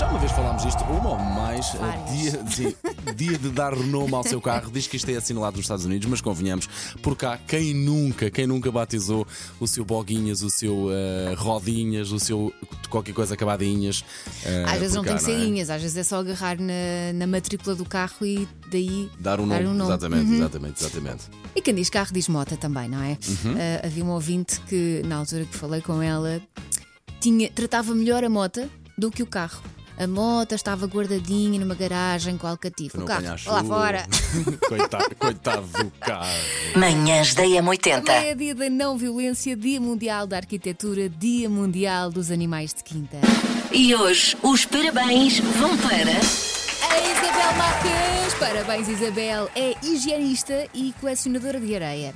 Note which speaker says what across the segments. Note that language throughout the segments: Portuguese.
Speaker 1: Já uma vez falámos disto, uma ou mais, eh,
Speaker 2: Várias.
Speaker 1: dia de, dia de dar renome ao seu carro. Diz que isto é assinalado nos Estados Unidos, mas convenhamos, por cá, quem nunca, quem nunca batizou o seu Boguinhas, o seu eh, Rodinhas, o seu qualquer coisa acabadinhas. eh,
Speaker 2: Às
Speaker 1: por
Speaker 2: vezes não
Speaker 1: cá,
Speaker 2: tem que ser
Speaker 1: é?
Speaker 2: linhas, às vezes é só agarrar na, na matrícula do carro e daí
Speaker 1: Dar um nome,
Speaker 2: um nome.
Speaker 1: exatamente, exatamente, exatamente.
Speaker 2: E quem diz carro diz mota também, não é?
Speaker 1: Uhum.
Speaker 2: Ah, havia uma ouvinte que, na altura que falei com ela, tinha, tratava melhor a mota do que o carro. A mota estava guardadinha numa garagem com alcatifa.
Speaker 1: Para
Speaker 2: O
Speaker 1: não
Speaker 2: carro,
Speaker 1: apanhar
Speaker 2: lá
Speaker 1: chuva.
Speaker 2: fora.
Speaker 1: coitado, coitado do carro.
Speaker 3: Manhãs da
Speaker 2: Amanhã
Speaker 3: M80.
Speaker 2: é dia da não violência, dia mundial da arquitetura, dia mundial dos animais de quinta.
Speaker 3: E hoje os parabéns vão para.
Speaker 2: A Isabel Marques! Parabéns, Isabel! É higienista e colecionadora de areia.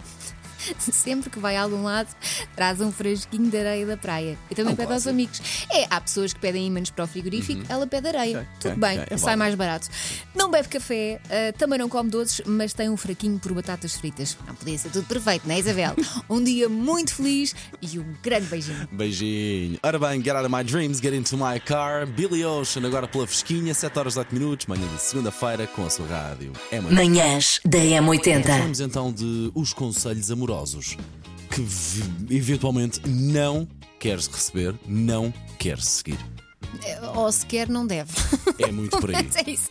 Speaker 2: Sempre que vai a algum lado, traz um frasquinho de areia da praia. E também
Speaker 1: um
Speaker 2: pede aos
Speaker 1: clássico. Uhum.
Speaker 2: amigos. É, há pessoas que pedem ímãs para o frigorífico, ela pede areia.
Speaker 1: Ok,
Speaker 2: Tudo
Speaker 1: ok,
Speaker 2: bem,
Speaker 1: ok, é
Speaker 2: sai
Speaker 1: válido.
Speaker 2: mais barato. Não bebe café, ah, também não come doces, mas tem um fraquinho por batatas fritas. Não podia ser tudo perfeito, não é, Isabel? um dia muito feliz e um grande beijinho.
Speaker 1: Beijinho. Ora bem, Get Out of My Dreams, Get Into My Car, Billy Ocean, agora pela fresquinha, 7 horas 8 minutos, manhã de segunda-feira, com a sua rádio. É muito
Speaker 3: Manhãs da M80.
Speaker 1: Falamos então de os conselhos amorosos que vi- eventualmente não queres receber, não queres seguir.
Speaker 2: Ah, Ou sequer não deve.
Speaker 1: É muito por aí.
Speaker 2: É isso.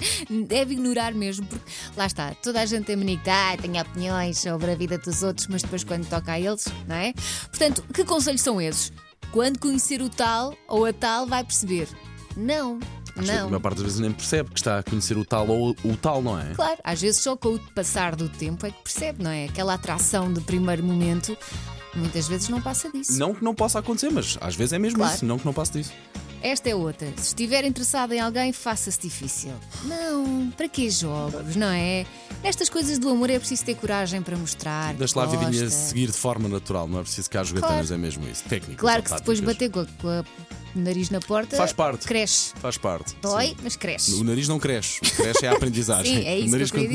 Speaker 2: Deve ignorar mesmo, porque lá está, toda a gente tem mania que ah, tem opiniões sobre a vida dos outros, mas depois quando toca a eles, não é? Portanto, que conselhos são esses? Quando conhecer o tal ou a tal, vai perceber. Não,
Speaker 1: A
Speaker 2: não.
Speaker 1: maior parte das vezes nem percebe que está a conhecer o tal ou o tal, não é?
Speaker 2: Claro, às vezes só com o passar do tempo é que percebe, não é? Aquela atração de primeiro momento, muitas vezes não passa disso.
Speaker 1: Não que não possa acontecer, mas às vezes é mesmo
Speaker 2: Claro.
Speaker 1: isso. Não que não passe disso.
Speaker 2: Esta é outra. Se estiver interessado em alguém, faça-se difícil. Não, para que jogos, não é? Nestas coisas do amor é preciso ter coragem para mostrar. que
Speaker 1: Deixa lá a vidinha
Speaker 2: gosta.
Speaker 1: seguir de forma natural, não é preciso que há jogatórias, é mesmo isso. Técnico.
Speaker 2: Claro que se depois bater com, a- com a- o nariz na porta.
Speaker 1: Faz parte.
Speaker 2: Cresce.
Speaker 1: Faz parte.
Speaker 2: Dói,
Speaker 1: Sim.
Speaker 2: mas cresce.
Speaker 1: O nariz não cresce, o que cresce é a aprendizagem.
Speaker 2: Sim, é isso
Speaker 1: o nariz,
Speaker 2: que eu
Speaker 1: quando
Speaker 2: queria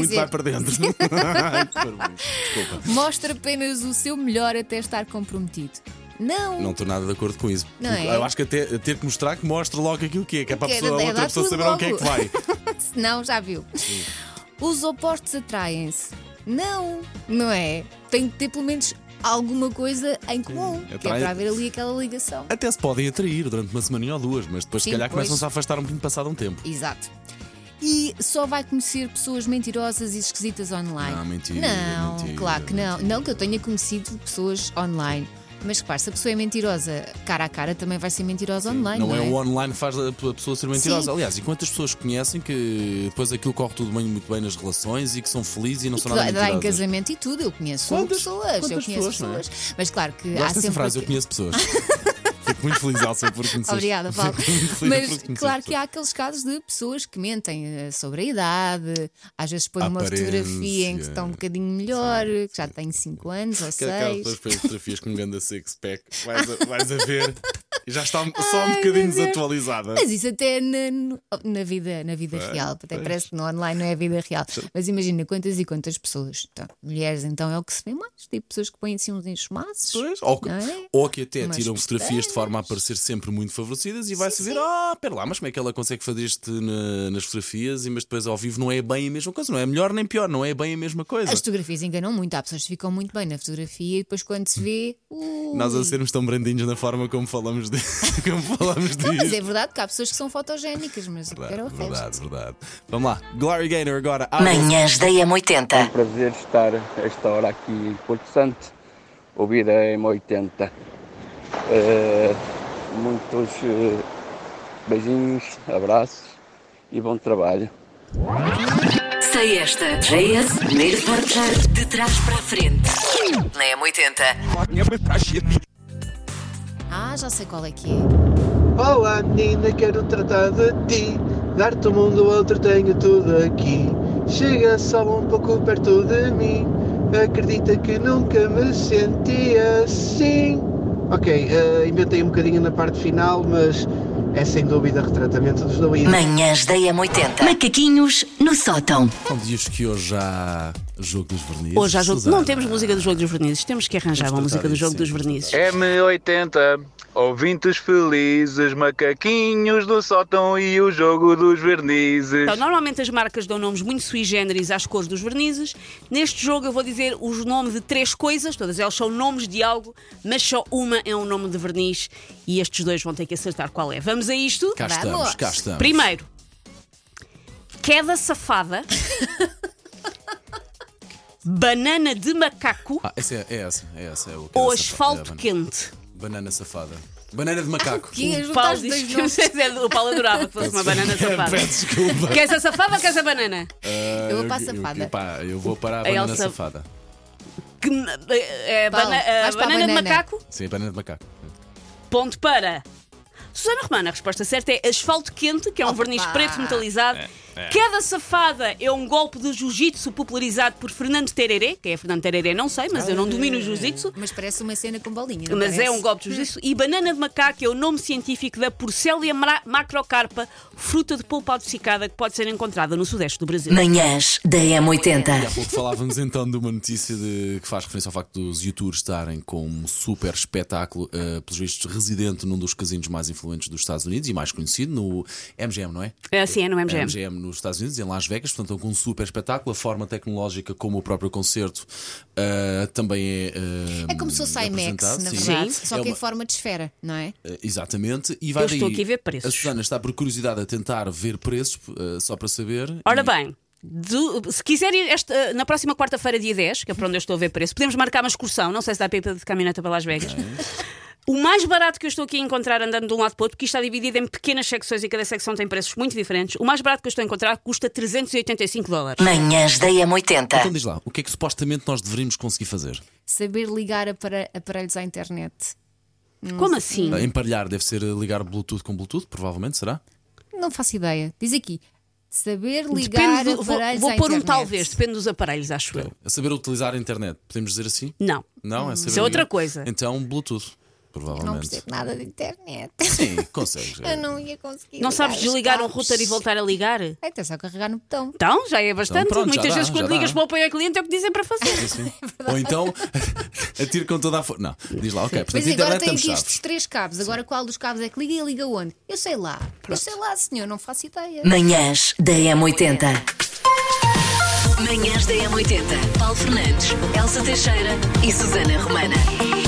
Speaker 1: muito,
Speaker 2: dizer.
Speaker 1: vai para dentro. Ai, que barulho. Desculpa.
Speaker 2: Mostra apenas o seu melhor até estar comprometido. Não.
Speaker 1: Não estou nada de acordo com isso.
Speaker 2: Não
Speaker 1: Porque
Speaker 2: é?
Speaker 1: Eu acho que até ter que mostrar que mostra logo aquilo que é, que é para a
Speaker 2: Que era-
Speaker 1: pessoa, a
Speaker 2: é
Speaker 1: outra
Speaker 2: dar
Speaker 1: pessoa
Speaker 2: tudo
Speaker 1: saber onde é que
Speaker 2: logo.
Speaker 1: vai.
Speaker 2: Não, já viu. Os opostos atraem-se. Não, não é? Tem que ter pelo menos alguma coisa em comum. Que é
Speaker 1: atrai-
Speaker 2: para haver ali aquela ligação.
Speaker 1: Até se podem atrair durante uma semana ou duas, mas depois
Speaker 2: Sim,
Speaker 1: se calhar
Speaker 2: pois.
Speaker 1: começam-se a afastar um bocadinho passado um tempo.
Speaker 2: Exato. E só vai conhecer pessoas mentirosas e esquisitas online.
Speaker 1: Não, mentira,
Speaker 2: Não,
Speaker 1: mentira,
Speaker 2: claro que não.
Speaker 1: mentira.
Speaker 2: Não que eu tenha conhecido pessoas online. Mas repare, se a pessoa é mentirosa cara a cara, também vai ser mentirosa online.
Speaker 1: não,
Speaker 2: Não,
Speaker 1: é o online que faz a a pessoa ser mentirosa.
Speaker 2: Sim.
Speaker 1: Aliás, e quantas pessoas conhecem que depois aquilo corre tudo bem, muito bem nas relações e que são felizes e não
Speaker 2: E que
Speaker 1: são
Speaker 2: dá,
Speaker 1: nada
Speaker 2: dá em
Speaker 1: mentirosas?
Speaker 2: casamento e tudo. Eu conheço
Speaker 1: Quantas-
Speaker 2: pessoas. eu
Speaker 1: quantas
Speaker 2: conheço
Speaker 1: pessoas, não é?
Speaker 2: pessoas. Mas claro que há
Speaker 1: Gosto dessa
Speaker 2: sempre.
Speaker 1: frase, eu
Speaker 2: aquele-
Speaker 1: conheço pessoas. Fico muito feliz, Elsa, por conhecer.
Speaker 2: Obrigada, Paulo.
Speaker 1: Fico muito feliz por
Speaker 2: Mas
Speaker 1: conhecer
Speaker 2: claro que
Speaker 1: pessoas.
Speaker 2: há aqueles casos de pessoas que mentem eh, sobre a idade, às vezes põem uma
Speaker 1: Aparência.
Speaker 2: fotografia em que estão um bocadinho melhor, que já têm 5 anos ou
Speaker 1: Que é aquelas
Speaker 2: 6.
Speaker 1: pessoas que fez fotografias com um ganda six-pack, vais, a- vais a ver, e já está só
Speaker 2: Ai,
Speaker 1: um
Speaker 2: meu
Speaker 1: bocadinho
Speaker 2: Deus.
Speaker 1: desatualizada.
Speaker 2: Mas isso até na, no- na vida, na vida real. Até
Speaker 1: pois.
Speaker 2: parece que no online não é a vida real. Mas imagina quantas e quantas pessoas. Então, mulheres, então é o que se vê mais. Tipo pessoas que põem assim uns enxumaços.
Speaker 1: Pois, ou, que-
Speaker 2: Não é?
Speaker 1: ou que até
Speaker 2: Umas
Speaker 1: tiram fotografias de
Speaker 2: pestanas.
Speaker 1: forma a parecer sempre muito favorecidas e vai-se
Speaker 2: Sim,
Speaker 1: ver,
Speaker 2: sim.
Speaker 1: ah, pera lá, mas como é que ela consegue fazer isto na- nas fotografias, e mas depois ao vivo não é bem a mesma coisa, não é melhor nem pior, não é bem a mesma coisa.
Speaker 2: As fotografias enganam muito. Há pessoas que ficam muito bem na fotografia e depois quando se vê. ui.
Speaker 1: Nós a sermos tão brandinhos na forma como falamos, de, como falamos
Speaker 2: Não, mas
Speaker 1: disto.
Speaker 2: é verdade que há pessoas que são fotogénicas, mas eu quero o
Speaker 1: Verdade, verdade,
Speaker 2: resto.
Speaker 1: verdade. Vamos lá, Glory Gaynor agora. I was
Speaker 3: Manhãs da
Speaker 4: É um
Speaker 3: M80.
Speaker 4: prazer estar a esta hora aqui em Porto Santo, ouvir a M80. Eh, muitos eh, beijinhos, abraços e bom trabalho.
Speaker 3: Sei esta. JS, primeiro forjar de trás para a frente. Na M80.
Speaker 2: Ah, já sei qual é que é.
Speaker 5: Olá menina, quero tratar de ti Dar-te o mundo, outro tenho tudo aqui Chega só um pouco perto de mim Acredita que nunca me senti assim Ok, eh, inventei um bocadinho na parte final Mas é sem dúvida retratamento dos doídos.
Speaker 3: Manhãs da M80. Macaquinhos no sótão.
Speaker 1: Não diz um que hoje há jogo dos vernizes. Ah.
Speaker 6: Hoje há jogo.
Speaker 1: Susana?
Speaker 6: Não temos música do Jogo dos Vernizes. Temos que arranjar uma
Speaker 1: Vamos
Speaker 6: música
Speaker 1: tratar
Speaker 6: do
Speaker 1: disso,
Speaker 6: Jogo
Speaker 1: sim,
Speaker 6: dos
Speaker 1: vamos
Speaker 6: Vernizes.
Speaker 2: É
Speaker 7: M80, ouvintes felizes, macaquinhos do sótão e o jogo dos vernizes.
Speaker 6: Então, normalmente as marcas dão nomes muito sui generis às cores dos vernizes. Neste jogo eu vou dizer os nomes de três coisas, todas elas são nomes de algo, mas só uma é um nome de verniz e estes dois vão ter que acertar qual é. Vamos a isto?
Speaker 1: Cá
Speaker 2: Vamos.
Speaker 1: estamos, cá estamos.
Speaker 6: Primeiro, queda safada, banana de macaco
Speaker 1: Ah, essa é, é essa, é essa. É o que
Speaker 6: ou
Speaker 1: é essa- é
Speaker 6: asfalto
Speaker 1: a ban-
Speaker 6: quente.
Speaker 1: Banana safada.
Speaker 2: Ah,
Speaker 1: Banana de macaco.
Speaker 2: Que
Speaker 6: O
Speaker 2: juntar
Speaker 6: Paulo,
Speaker 2: os dois
Speaker 6: diz
Speaker 2: nomes.
Speaker 6: que- é um o Paulo adorava que fosse uma banana safada.
Speaker 1: Peço desculpa.
Speaker 6: Queres a safada ou queres a banana?
Speaker 2: Eu vou para
Speaker 1: Eu-
Speaker 2: a
Speaker 1: eu-
Speaker 2: safada.
Speaker 1: pá, eu vou para a
Speaker 6: A
Speaker 1: banana
Speaker 6: Elsa-
Speaker 1: safada.
Speaker 6: Que, eh, eh,
Speaker 2: Paulo,
Speaker 6: bana- eh,
Speaker 2: vais para a
Speaker 6: banana de
Speaker 2: banana.
Speaker 6: macaco?
Speaker 1: Sim, banana de macaco.
Speaker 6: Ponto para Susana Romana, a resposta certa é asfalto quente, que é um
Speaker 2: Opa!
Speaker 6: verniz preto metalizado. Cada safada é um golpe de jiu-jitsu popularizado por Fernando Tereré, que é Fernando Tereré, não sei, mas eu não domino o jiu-jitsu.
Speaker 2: Mas parece uma cena com bolinha. não
Speaker 6: Mas é
Speaker 2: parece?
Speaker 6: um golpe de jiu-jitsu. E banana de macaco é o nome científico da Porcelia mra- macrocarpa, fruta de polpa adocicada que pode ser encontrada no sudeste do Brasil.
Speaker 3: Manhãs da
Speaker 1: E há
Speaker 3: M80.
Speaker 1: pouco falávamos então de uma notícia de- que faz referência ao facto dos youtubers estarem com um super espetáculo, eh, pelos vistos, residente num dos casinos mais influentes dos Estados Unidos e mais conhecido, no MGM, não é?
Speaker 6: É assim, é no
Speaker 1: MGM.
Speaker 6: MGM.
Speaker 1: nos Estados Unidos, em Las Vegas, portanto, com um super espetáculo. A forma tecnológica, como o próprio concerto, eh, também é. eh,
Speaker 2: É como se fosse IMAX,
Speaker 1: apresentado,
Speaker 2: na
Speaker 1: sim.
Speaker 2: verdade.
Speaker 6: Sim.
Speaker 2: Só
Speaker 1: É
Speaker 2: que em
Speaker 1: uma-
Speaker 2: forma de esfera, não é?
Speaker 1: Eh, Exatamente. E vai
Speaker 6: Eu estou
Speaker 1: daí.
Speaker 6: aqui a ver preços.
Speaker 1: A Susana está por curiosidade a tentar ver preços, eh, só para saber.
Speaker 6: Ora
Speaker 1: E-
Speaker 6: bem, do- se quiserem, esta- na próxima quarta-feira, dia 10, que é para onde eu estou a ver preço, podemos marcar uma excursão. Não sei se dá para ir de caminhoneta para Las Vegas. O mais barato que eu estou aqui a encontrar andando de um lado para o outro, porque isto está dividido em pequenas secções e cada secção tem preços muito diferentes. O mais barato que eu estou a encontrar custa 385 dólares.
Speaker 3: Manhãs da
Speaker 1: Então
Speaker 3: M80.
Speaker 1: diz lá, o que é que supostamente nós deveríamos conseguir fazer?
Speaker 2: Saber ligar apara- aparelhos à internet.
Speaker 6: Como assim?
Speaker 1: Eh, Emparelhar deve ser ligar Bluetooth com Bluetooth, provavelmente, será?
Speaker 2: Não faço ideia. Diz aqui. Saber ligar
Speaker 6: Depende do, vou,
Speaker 2: aparelhos
Speaker 6: vou
Speaker 2: à
Speaker 6: pôr um
Speaker 2: internet.
Speaker 6: talvez, depende dos aparelhos, acho eu.
Speaker 1: A saber utilizar a internet, podemos dizer assim?
Speaker 6: Não.
Speaker 1: Não, é saber.
Speaker 6: Isso é outra
Speaker 1: ligar.
Speaker 6: coisa.
Speaker 1: Então, Bluetooth,
Speaker 2: Não
Speaker 1: provavelmente.
Speaker 2: percebo nada de internet.
Speaker 1: Sim, consegues. É
Speaker 2: Eu não ia conseguir.
Speaker 6: Não sabes
Speaker 2: ligar
Speaker 6: desligar
Speaker 2: os
Speaker 6: um
Speaker 2: cabos.
Speaker 6: router e voltar a ligar?
Speaker 2: Então, só carregar no botão.
Speaker 6: Então, já é bastante.
Speaker 1: pronto, já
Speaker 6: Muitas
Speaker 1: dá,
Speaker 6: vezes,
Speaker 1: já
Speaker 6: quando
Speaker 1: dá.
Speaker 6: ligas para o apoio ao cliente, é o que dizem para fazer.
Speaker 1: Sim. Ou então atiro com toda a força. Não, diz lá, ok. Portanto,
Speaker 2: Mas
Speaker 1: internet
Speaker 2: agora
Speaker 1: é
Speaker 2: tem
Speaker 1: estamos
Speaker 2: aqui
Speaker 1: chaves.
Speaker 2: estes três cabos. Agora qual dos cabos é que liga e liga onde? Eu sei lá. Eu sei lá, senhor, não faço ideia.
Speaker 3: Manhãs da M80. Manhãs da M80. Paulo Fernandes, Elsa Teixeira e Susana Romana.